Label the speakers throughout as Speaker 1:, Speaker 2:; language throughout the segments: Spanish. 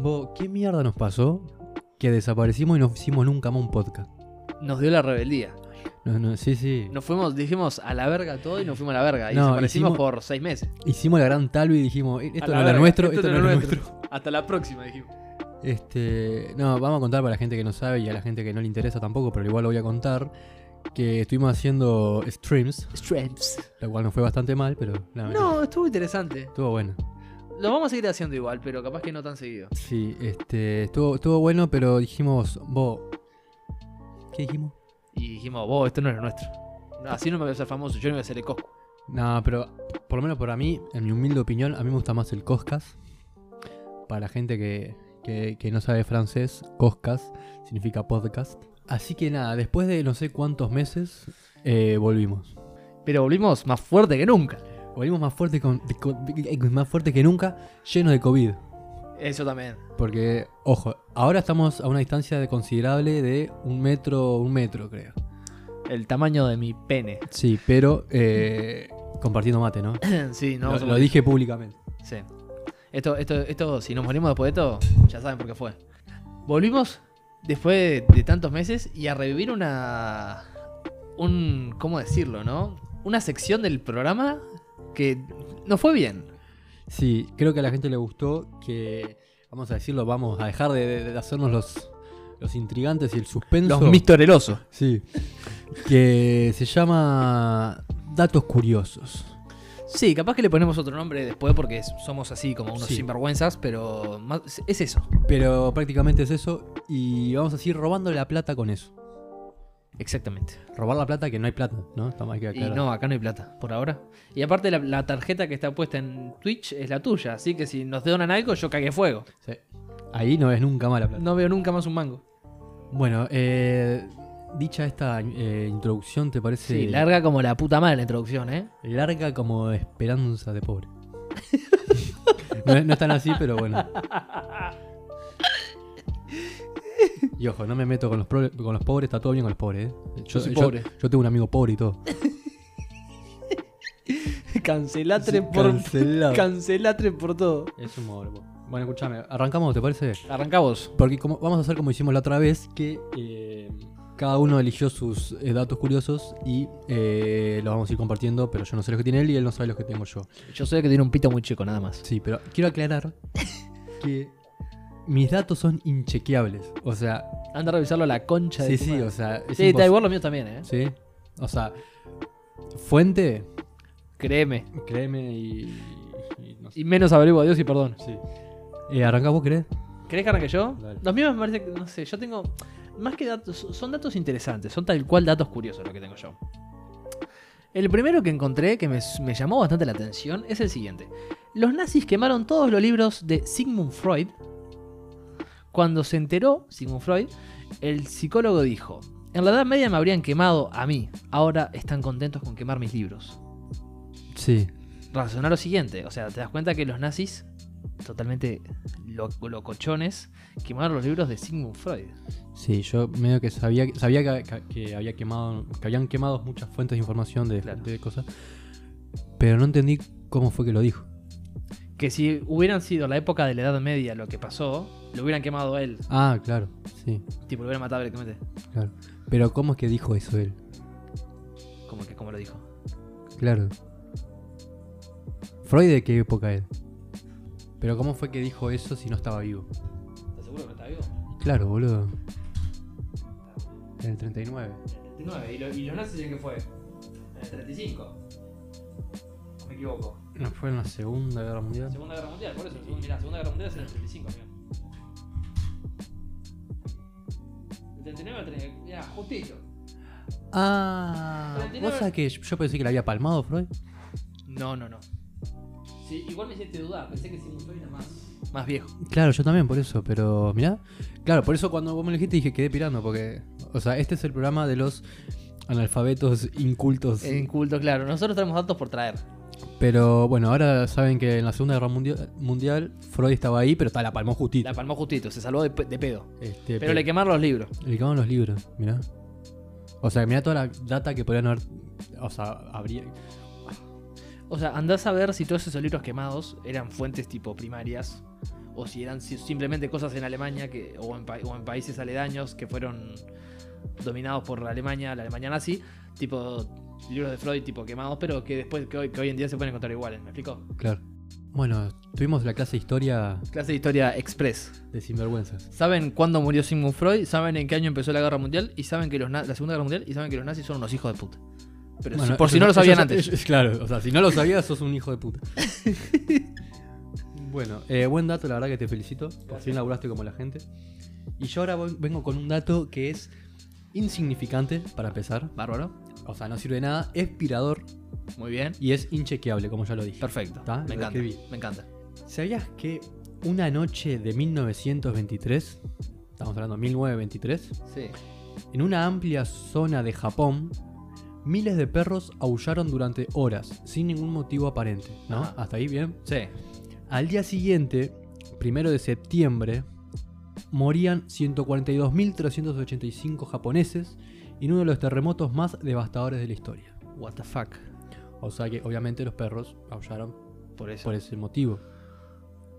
Speaker 1: Bo, ¿qué mierda nos pasó? Que desaparecimos y no hicimos nunca más un podcast.
Speaker 2: Nos dio la rebeldía.
Speaker 1: No, no, sí, sí.
Speaker 2: Nos fuimos, dijimos a la verga todo y nos fuimos a la verga. Y
Speaker 1: No,
Speaker 2: desaparecimos
Speaker 1: hicimos-
Speaker 2: por seis meses.
Speaker 1: Hicimos la gran talvi y dijimos, "Eh,
Speaker 2: A
Speaker 1: esto
Speaker 2: la
Speaker 1: no es
Speaker 2: verga,
Speaker 1: lo nuestro,
Speaker 2: esto
Speaker 1: esto
Speaker 2: no
Speaker 1: no
Speaker 2: es
Speaker 1: es lo
Speaker 2: nuestro".
Speaker 1: nuestro.
Speaker 2: Hasta la próxima, dijimos.
Speaker 1: Este, no, vamos a contar para la gente que no sabe y a la gente que no le interesa tampoco, pero igual lo voy a contar. Que estuvimos haciendo streams,
Speaker 2: Strengths.
Speaker 1: lo cual nos fue bastante mal, pero nada, mentira,
Speaker 2: No, estuvo interesante.
Speaker 1: estuvo bueno.
Speaker 2: Lo vamos a seguir haciendo igual, pero capaz que no tan seguido.
Speaker 1: Sí, este, estuvo, estuvo bueno, pero dijimos, Bo. ¿Qué dijimos?
Speaker 2: Y dijimos, vos, esto no es lo nuestro. No, Así no me voy a hacer famoso, yo no voy a ser el Coscu.
Speaker 1: No, pero por lo menos para mí, en mi humilde opinión, a mí me gusta más el Coscas. Para la gente que, que- que no sabe francés, Coscas significa podcast. Así que nada, después de no sé cuántos meses, eh, volvimos.
Speaker 2: Pero volvimos más fuerte que nunca.
Speaker 1: Volvimos más fuerte, con- de- con- más fuerte que nunca, lleno de COVID.
Speaker 2: Eso también.
Speaker 1: Porque, ojo, ahora estamos a una distancia de considerable de un metro, un metro creo.
Speaker 2: El tamaño de mi pene.
Speaker 1: Sí, pero eh, compartiendo mate, ¿no?
Speaker 2: sí, no
Speaker 1: Lo,
Speaker 2: vamos a
Speaker 1: lo
Speaker 2: morir.
Speaker 1: dije públicamente.
Speaker 2: Sí. Esto, esto, esto, si nos morimos después de esto, ya saben por qué fue. Volvimos después de, de tantos meses y a revivir una. un. ¿cómo decirlo, no? Una sección del programa que no fue bien.
Speaker 1: Sí, creo que a la gente le gustó que, vamos a decirlo, vamos a dejar de, de- de hacernos los, los intrigantes y el suspenso.
Speaker 2: Los Mr. El Oso.
Speaker 1: Sí. Que se llama Datos Curiosos.
Speaker 2: Sí, capaz que le ponemos otro nombre después porque es- somos así como unos
Speaker 1: Sí.
Speaker 2: sinvergüenzas, pero más- es eso.
Speaker 1: Pero prácticamente es eso y vamos a seguir robando la plata con eso.
Speaker 2: Exactamente.
Speaker 1: Robar la plata que no hay plata, ¿no? Estamos hay que
Speaker 2: Y
Speaker 1: aclarar.
Speaker 2: no, acá no hay plata, por ahora. Y aparte la, la tarjeta que está puesta en Twitch es la tuya, así que si nos donan algo, yo cagué fuego.
Speaker 1: Sí. Ahí no ves nunca más la plata.
Speaker 2: No veo nunca más un mango.
Speaker 1: Bueno, eh, dicha esta eh, introducción, ¿te parece
Speaker 2: Sí, larga como la puta madre la introducción, ¿eh?
Speaker 1: larga como esperanza de pobre? no, no es tan así, pero bueno. Y ojo, no me meto con los, pro- con los pobres, está todo bien con los pobres. ¿eh?
Speaker 2: Yo soy pobre.
Speaker 1: Yo, tengo un amigo pobre y todo.
Speaker 2: Cancelatre
Speaker 1: Sí,
Speaker 2: por
Speaker 1: cancelado.
Speaker 2: cancelatre por todo.
Speaker 1: Es un pobre. Bueno, escúchame, arrancamos, ¿te parece?
Speaker 2: Arranca vos.
Speaker 1: Porque como, vamos a hacer como hicimos la otra vez, que eh, cada uno eligió sus eh, datos curiosos y eh, los vamos a ir compartiendo, pero yo no sé los que tiene él y él no sabe los que tengo yo.
Speaker 2: Yo sé que tiene un pito muy chico nada más.
Speaker 1: Sí, pero quiero aclarar que mis datos son inchequeables. O sea,
Speaker 2: Anda a revisarlo a la concha de
Speaker 1: sí,
Speaker 2: tu
Speaker 1: sí,
Speaker 2: madre.
Speaker 1: o sea, es
Speaker 2: Sí,
Speaker 1: impos-
Speaker 2: da igual los míos también, ¿eh?
Speaker 1: Sí, o sea, fuente,
Speaker 2: Créeme.
Speaker 1: créeme y, y no sé.
Speaker 2: Y menos averiguo, adiós y perdón.
Speaker 1: Sí. Eh, ¿Arrancás vos, querés?
Speaker 2: ¿Querés que arranque yo?
Speaker 1: Dale.
Speaker 2: Los míos me parece que, no sé, yo tengo. Más que datos, son datos interesantes, son tal cual datos curiosos lo que tengo yo. El primero que encontré que me, me llamó bastante la atención es el siguiente: Los nazis quemaron todos los libros de Sigmund Freud. Cuando se enteró Sigmund Freud, el psicólogo dijo: En la Edad Media me habrían quemado a mí, ahora están contentos con quemar mis libros.
Speaker 1: Sí,
Speaker 2: Razonar lo siguiente: o sea, te das cuenta que los nazis, totalmente lo- locochones, quemaron los libros de Sigmund Freud.
Speaker 1: sí, yo medio que sabía, sabía que, que- que había quemado, que habían quemado muchas fuentes de información de,
Speaker 2: Claro.
Speaker 1: de cosas, pero no entendí cómo fue que lo dijo.
Speaker 2: Que si hubieran sido la época de la Edad Media lo que pasó, lo hubieran quemado a él.
Speaker 1: Ah, claro, sí,
Speaker 2: Tipo, lo hubieran matado directamente.
Speaker 1: claro. Pero ¿cómo es que dijo eso él?
Speaker 2: Como que como lo dijo.
Speaker 1: Claro. ¿Freud de qué época es? Pero ¿cómo fue que dijo eso si no estaba vivo?
Speaker 2: ¿Estás seguro que está vivo?
Speaker 1: Claro, boludo. En el 39.
Speaker 2: En el 39. ¿Y, los nazis en qué fue? En el 35. No me equivoco.
Speaker 1: ¿No fue en la Segunda Guerra
Speaker 2: La
Speaker 1: Mundial?
Speaker 2: Segunda Guerra Mundial, por eso. Mira, la Segunda Guerra Mundial es en el 35, amigo. El 39 al 39. Mira, justito.
Speaker 1: Ah, ¿vos
Speaker 2: 39.
Speaker 1: sabés que yo pensé que le había palmado Freud?
Speaker 2: No, no, no. Sí, igual me hiciste dudar. Pensé que Sigmund Freud era más. Más viejo.
Speaker 1: Claro, yo también, por eso, pero mirá. Claro, por eso cuando vos me lo dijiste dije quedé pirando, porque. O sea, este es el programa de los analfabetos incultos.
Speaker 2: Inculto, claro. Nosotros tenemos datos por traer.
Speaker 1: Pero bueno, ahora saben que en la Segunda Guerra Mundial, mundial Freud estaba ahí, pero está, la palmó justito.
Speaker 2: La palmó justito, se salvó de, pe- de pedo.
Speaker 1: Este,
Speaker 2: Pero le quemaron los libros.
Speaker 1: Le quemaron los libros, mirá. O sea, mirá toda la data que podrían haber. O sea, habría.
Speaker 2: O sea, andás a ver si todos esos libros quemados eran fuentes tipo primarias o si eran si- simplemente cosas en Alemania que, o, en, pa- o en países aledaños que fueron dominados por la Alemania, la Alemania nazi, tipo libros de Freud tipo quemados, pero que después que hoy, que hoy en día se pueden encontrar iguales, ¿me explico?
Speaker 1: Claro. Bueno, tuvimos la clase de historia
Speaker 2: Clase de historia express.
Speaker 1: de sinvergüenzas.
Speaker 2: Saben cuándo murió Sigmund Freud, saben en qué año empezó la guerra mundial y saben que los na- la Segunda Guerra Mundial y saben que los nazis son unos hijos de puta. Pero si-
Speaker 1: Bueno,
Speaker 2: por
Speaker 1: eso
Speaker 2: si no lo
Speaker 1: eso
Speaker 2: sabían
Speaker 1: ya-
Speaker 2: antes.
Speaker 1: es- claro, o sea, si no lo sabías, sos un hijo de puta. bueno, eh, buen dato, la verdad que te felicito. Por fin laburaste como la gente. Y yo ahora voy- vengo con un dato que es insignificante, para empezar.
Speaker 2: Bárbaro.
Speaker 1: O sea, no sirve de nada, es pirador
Speaker 2: Muy bien.
Speaker 1: y es inchequeable, como ya lo dije.
Speaker 2: Perfecto.
Speaker 1: Está,
Speaker 2: Me
Speaker 1: lo
Speaker 2: encanta.
Speaker 1: escribí.
Speaker 2: Me encanta.
Speaker 1: ¿Sabías que una noche de 1923, estamos hablando de 1923,
Speaker 2: Sí.
Speaker 1: en una amplia zona de Japón, miles de perros aullaron durante horas, sin ningún motivo aparente, ¿no?
Speaker 2: Ajá.
Speaker 1: Hasta ahí bien.
Speaker 2: Sí.
Speaker 1: Al día siguiente, primero de septiembre, morían 142.385 japoneses en uno de los terremotos más devastadores de la historia.
Speaker 2: What the fuck.
Speaker 1: O sea que obviamente los perros aullaron
Speaker 2: Por eso.
Speaker 1: por ese motivo.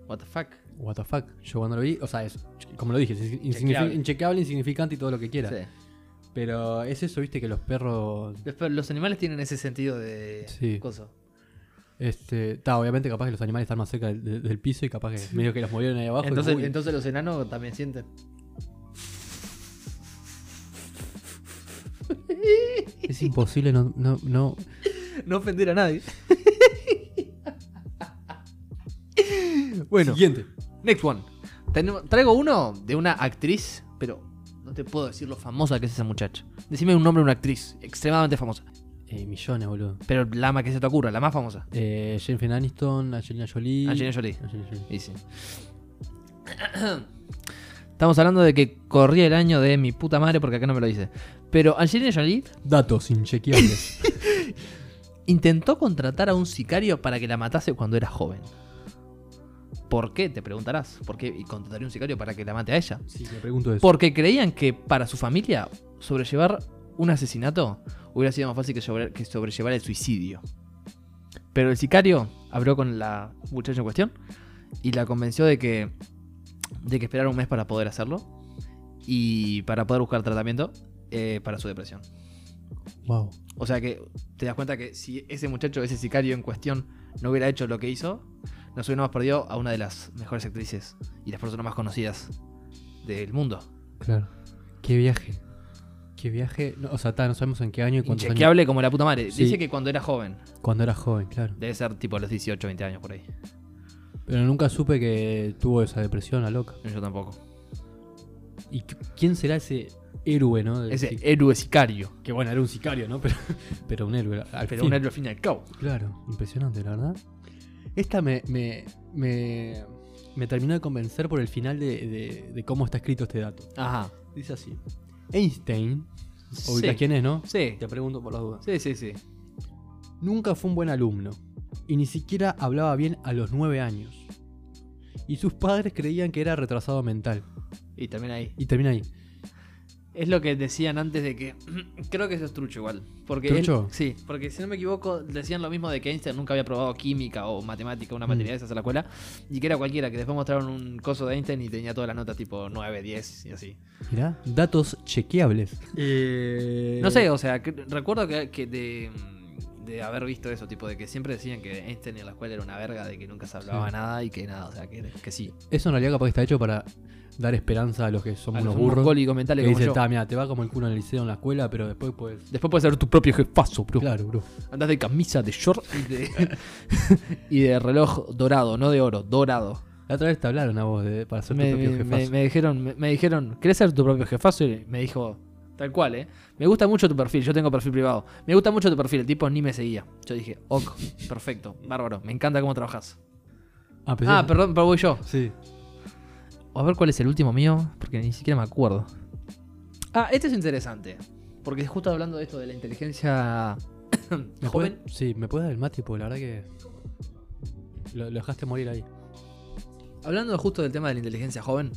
Speaker 2: What the fuck.
Speaker 1: What the fuck. Yo cuando lo vi, o sea, es, como lo dije, es insignific-
Speaker 2: Chequeable.
Speaker 1: inchequeable, insignificante y todo lo que quiera.
Speaker 2: Sí.
Speaker 1: Pero es eso, viste, que los perros
Speaker 2: Los, per- los animales tienen ese sentido de
Speaker 1: Sí.
Speaker 2: coso.
Speaker 1: Este, ta, obviamente capaz que los animales están más cerca del, del- del piso y capaz que medio que los movieron ahí abajo. y
Speaker 2: Entonces,
Speaker 1: uy,
Speaker 2: entonces los enanos también sienten.
Speaker 1: Es imposible no, no, no.
Speaker 2: No ofender a nadie. bueno.
Speaker 1: Siguiente.
Speaker 2: Next one. Tenemos- traigo uno de una actriz, pero no te puedo decir lo famosa que es esa muchacha. Decime un nombre de una actriz extremadamente famosa.
Speaker 1: Eh, millones, boludo.
Speaker 2: Pero la más que se te ocurra, la más famosa.
Speaker 1: Eh, Jennifer Aniston, Angelina Jolie.
Speaker 2: Angelina Jolie.
Speaker 1: Angelina Jolie.
Speaker 2: Y sí. Estamos hablando de que corría el año de mi puta madre porque acá no me lo dice. Pero Angelina Jolie
Speaker 1: Datos inchequeables.
Speaker 2: intentó contratar a un sicario para que la matase cuando era joven. ¿Por qué? Te preguntarás. ¿Por qué contrataría un sicario para que la mate a ella?
Speaker 1: sí, me pregunto eso.
Speaker 2: Porque creían que para su familia sobrellevar un asesinato hubiera sido más fácil que, sobre- que sobrellevar el suicidio. Pero el sicario habló con la muchacha en cuestión y la convenció de que, de que esperara un mes para poder hacerlo y para poder buscar tratamiento eh, para su depresión.
Speaker 1: Wow.
Speaker 2: O sea que te das cuenta que si ese muchacho, ese sicario en cuestión, no hubiera hecho lo que hizo, nos hubiéramos perdido a una de las mejores actrices y las personas más conocidas del mundo.
Speaker 1: Claro. Qué viaje. Qué viaje. No, o sea, ta, no sabemos en qué año y cuántos años.
Speaker 2: Inchequeable como la puta madre.
Speaker 1: Sí.
Speaker 2: Dice que cuando era joven.
Speaker 1: Cuando era joven, claro.
Speaker 2: Debe ser tipo a los 18, 20 años por ahí.
Speaker 1: Pero nunca supe que tuvo esa depresión, la loca.
Speaker 2: Yo tampoco.
Speaker 1: ¿Y qu- quién será ese héroe, no? Del
Speaker 2: Ese
Speaker 1: sic-
Speaker 2: héroe sicario.
Speaker 1: Que bueno, era un sicario, ¿no? Pero, pero un héroe. al
Speaker 2: Pero
Speaker 1: fin.
Speaker 2: un héroe al fin y al cabo.
Speaker 1: Claro, impresionante, la verdad. Esta me, me, me, me terminó de convencer por el final de, de- de cómo está escrito este dato.
Speaker 2: Ajá.
Speaker 1: Dice así. Einstein,
Speaker 2: Sí.
Speaker 1: ubicas quién es, ¿no?
Speaker 2: Sí.
Speaker 1: Te pregunto por las dudas.
Speaker 2: Sí, sí, sí.
Speaker 1: Nunca fue un buen alumno y ni siquiera hablaba bien a los nueve años. Y sus padres creían que era retrasado mental.
Speaker 2: Y también ahí.
Speaker 1: Y termina ahí.
Speaker 2: Es lo que decían antes de que. Creo que eso es trucho igual. Porque él-
Speaker 1: ¿Trucho?
Speaker 2: sí, porque si no me equivoco, decían lo mismo de que Einstein nunca había probado química o matemática,
Speaker 1: Mm.
Speaker 2: una materia de esas a la escuela. Y que era cualquiera, que después mostraron un coso de Einstein y tenía todas las notas tipo 9, 10 y así.
Speaker 1: Mirá, datos chequeables.
Speaker 2: No sé, o sea, que- recuerdo que, que de, de haber visto eso, tipo, de que siempre decían que Einstein en la escuela era una verga, de que nunca se hablaba
Speaker 1: Sí.
Speaker 2: nada y que nada, o sea, que, que sí.
Speaker 1: Eso en realidad capaz que está hecho para dar esperanza a los que somos
Speaker 2: A
Speaker 1: unos
Speaker 2: los
Speaker 1: burros.
Speaker 2: mongólicos mentales
Speaker 1: Que
Speaker 2: como
Speaker 1: dice,
Speaker 2: yo.
Speaker 1: "Ta, mira, te va como el culo en el liceo, en la escuela, pero después puedes.
Speaker 2: Después puedes ser tu propio jefazo, bro.
Speaker 1: Claro, bro.
Speaker 2: Andás de camisa, de short y de, y de reloj dorado, no de oro, dorado.
Speaker 1: La otra vez te hablaron a vos de, para ser
Speaker 2: Me,
Speaker 1: tu propio
Speaker 2: me-
Speaker 1: jefazo.
Speaker 2: me- me dijeron, me, me dijeron, ¿querés ser tu propio jefazo? Y me dijo, tal cual, ¿eh? Me gusta mucho tu perfil, yo tengo perfil privado. Me gusta mucho tu perfil, el tipo ni me seguía. Yo dije, ok, perfecto, bárbaro, me encanta cómo trabajas.
Speaker 1: Ah, pensé-
Speaker 2: Ah, perdón, pero voy yo.
Speaker 1: Sí.
Speaker 2: A ver cuál es el último mío, porque ni siquiera me acuerdo. Ah, este es interesante. Porque justo hablando de esto de la inteligencia
Speaker 1: ¿Me puede-
Speaker 2: joven.
Speaker 1: sí, me puedes dar el mate, porque la verdad que. Lo, lo dejaste morir ahí.
Speaker 2: Hablando justo del tema de la inteligencia joven,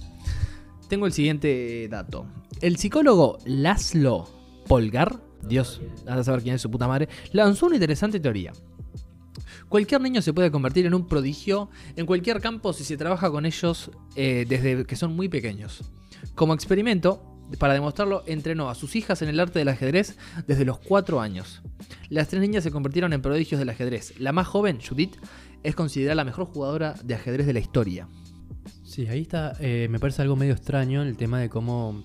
Speaker 2: tengo el siguiente dato. El psicólogo Laszlo Polgar, Dios, anda a saber quién es su puta madre, lanzó una interesante teoría. Cualquier niño se puede convertir en un prodigio en cualquier campo si se trabaja con ellos eh, desde que son muy pequeños. Como experimento, para demostrarlo, entrenó a sus hijas en el arte del ajedrez desde los 4 años. Las tres niñas se convirtieron en prodigios del ajedrez. La más joven, Judith, es considerada la mejor jugadora de ajedrez de la historia.
Speaker 1: Sí, ahí está. eh, me parece algo medio extraño el tema de cómo.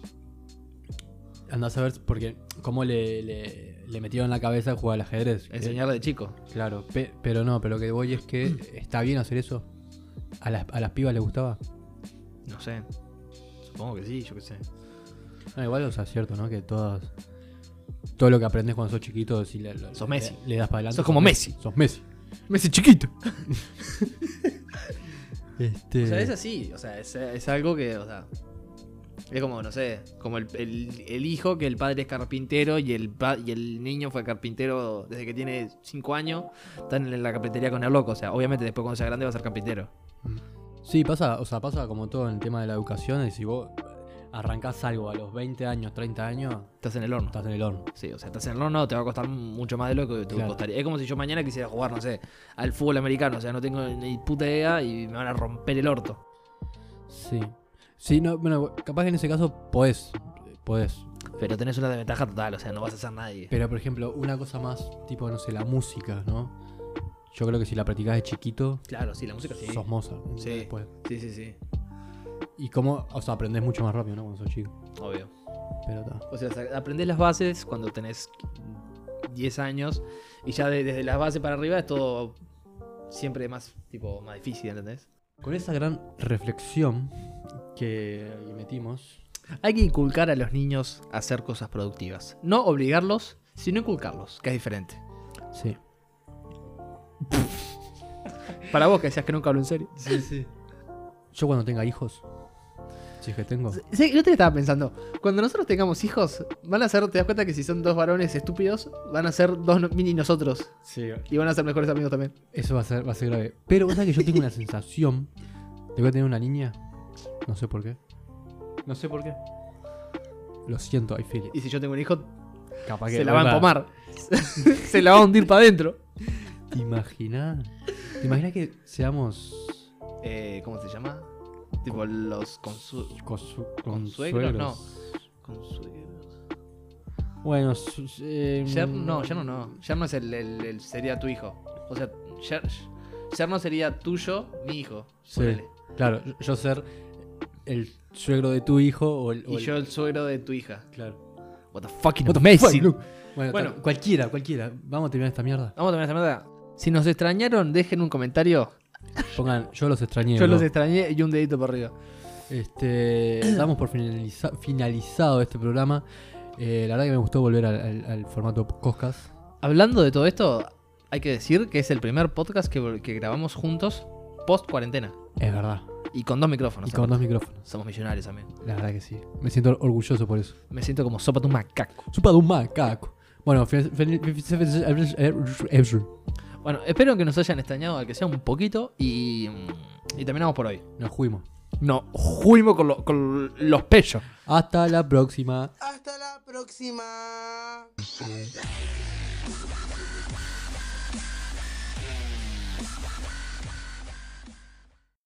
Speaker 1: Andás a ver, porque cómo le, le, le metieron en la cabeza jugar al ajedrez.
Speaker 2: Enseñarla de chico.
Speaker 1: Eh, claro, pe- pero no, pero lo que voy es que está bien hacer eso. A las, a las pibas les gustaba.
Speaker 2: No sé. Supongo que sí, yo qué sé.
Speaker 1: No, igual, o sea, es cierto, ¿no? Que todas. Todo lo que aprendes cuando sos chiquito, si le, le-
Speaker 2: Sos Messi.
Speaker 1: le, le das para adelante.
Speaker 2: Sos como Messi.
Speaker 1: Sos Messi.
Speaker 2: Messi chiquito.
Speaker 1: Este,
Speaker 2: O sea, es así, o sea, es, es algo que, o sea, es como, no sé, como el, el- el hijo que el padre es carpintero y el, pa- y el niño fue carpintero desde que tiene 5 años, están en la carpintería con el loco, o sea, obviamente después cuando sea grande va a ser carpintero.
Speaker 1: Sí, pasa, o sea, pasa como todo en el tema de la educación. Es si vos arrancás algo a los 20 años, 30 años,
Speaker 2: Estás en el horno.
Speaker 1: estás en el horno.
Speaker 2: Sí, o sea, estás en el horno, te va a costar mucho más de lo que te
Speaker 1: Claro.
Speaker 2: costaría. Es como si yo mañana quisiera jugar, no sé, al fútbol americano, o sea, no tengo ni puta idea y me van a romper el orto.
Speaker 1: Sí. Sí, no, bueno, capaz que en ese caso podés. Podés.
Speaker 2: Pero tenés una desventaja total, o sea, no vas a ser nadie.
Speaker 1: Pero, por ejemplo, una cosa más, tipo, no sé, la música, ¿no? Yo creo que si la practicás de chiquito,
Speaker 2: Claro, sí, la música sí.
Speaker 1: sos moza.
Speaker 2: Sí.
Speaker 1: después.
Speaker 2: Sí, sí, sí,
Speaker 1: Y cómo, o sea, aprendés mucho más rápido, ¿no? Cuando sos chico.
Speaker 2: obvio.
Speaker 1: Pero ta.
Speaker 2: O sea, sa- aprendés las bases cuando tenés 10 años y ya de- desde las bases para arriba es todo siempre más tipo más difícil, ¿entendés?
Speaker 1: Con esa gran reflexión que metimos,
Speaker 2: Hay que inculcar a los niños a hacer cosas productivas. No obligarlos, sino inculcarlos, que es diferente.
Speaker 1: sí.
Speaker 2: Para vos que decías que nunca hablo en serio.
Speaker 1: Sí, sí. Yo cuando tenga hijos, si es que tengo,
Speaker 2: Sí, yo te estaba pensando, cuando nosotros tengamos hijos, van a ser, te das cuenta que si son dos varones estúpidos, van a ser dos no- mini nosotros
Speaker 1: sí.
Speaker 2: y van a ser mejores amigos también.
Speaker 1: eso va a ser, va a ser grave. Pero vos sabés que yo tengo una sensación de que voy a tener una niña. No sé por qué. No sé por qué. Lo siento, I feel it.
Speaker 2: Y si yo tengo un hijo,
Speaker 1: Capaz que
Speaker 2: se la va a
Speaker 1: ¿verdad?
Speaker 2: empomar. se la va a hundir para adentro.
Speaker 1: ¿Te imaginas? ¿Te imaginas que seamos
Speaker 2: eh, ¿cómo se llama? Tipo los consu-
Speaker 1: cosu-
Speaker 2: Consuegros, no.
Speaker 1: consuegros?
Speaker 2: consuegros.
Speaker 1: Bueno, su- su- eh,
Speaker 2: Yer, no, Yerno no. Yerno es el, el- el- sería tu hijo. O sea, Yer, Yerno sería tuyo, mi hijo.
Speaker 1: Sí.
Speaker 2: ponele.
Speaker 1: Claro, yo- yo ser el suegro de tu hijo o el. o
Speaker 2: Y
Speaker 1: el-
Speaker 2: yo el suegro de tu hija.
Speaker 1: Claro.
Speaker 2: What the fucking
Speaker 1: Messi.
Speaker 2: amazing.
Speaker 1: Bueno, bueno,
Speaker 2: Bueno.
Speaker 1: cualquiera, cualquiera. Vamos a terminar esta mierda.
Speaker 2: Vamos a terminar esta mierda. Si nos extrañaron, dejen un comentario.
Speaker 1: Pongan, yo los extrañé.
Speaker 2: Yo
Speaker 1: bro.
Speaker 2: los extrañé y un dedito para arriba.
Speaker 1: Este, damos por finaliza- finalizado este programa. Eh, la verdad que me gustó volver al, al- al formato Coscas.
Speaker 2: Hablando de todo esto, hay que decir que es el primer podcast que, vol- que grabamos juntos post cuarentena.
Speaker 1: Es verdad.
Speaker 2: Y con dos micrófonos.
Speaker 1: Y con dos
Speaker 2: aparte.
Speaker 1: micrófonos.
Speaker 2: Somos millonarios también.
Speaker 1: La verdad que sí. Me siento orgulloso por eso.
Speaker 2: Me siento como sopa de un macaco.
Speaker 1: Supa de un macaco. Bueno, fe- fe- fe- fe- fe- fe-
Speaker 2: Bueno, espero que nos hayan extrañado, al que sea un poquito, y, mm, y terminamos por hoy.
Speaker 1: nos fuimos.
Speaker 2: No, juimos con, lo- con los pechos.
Speaker 1: Hasta la próxima.
Speaker 3: Hasta la próxima.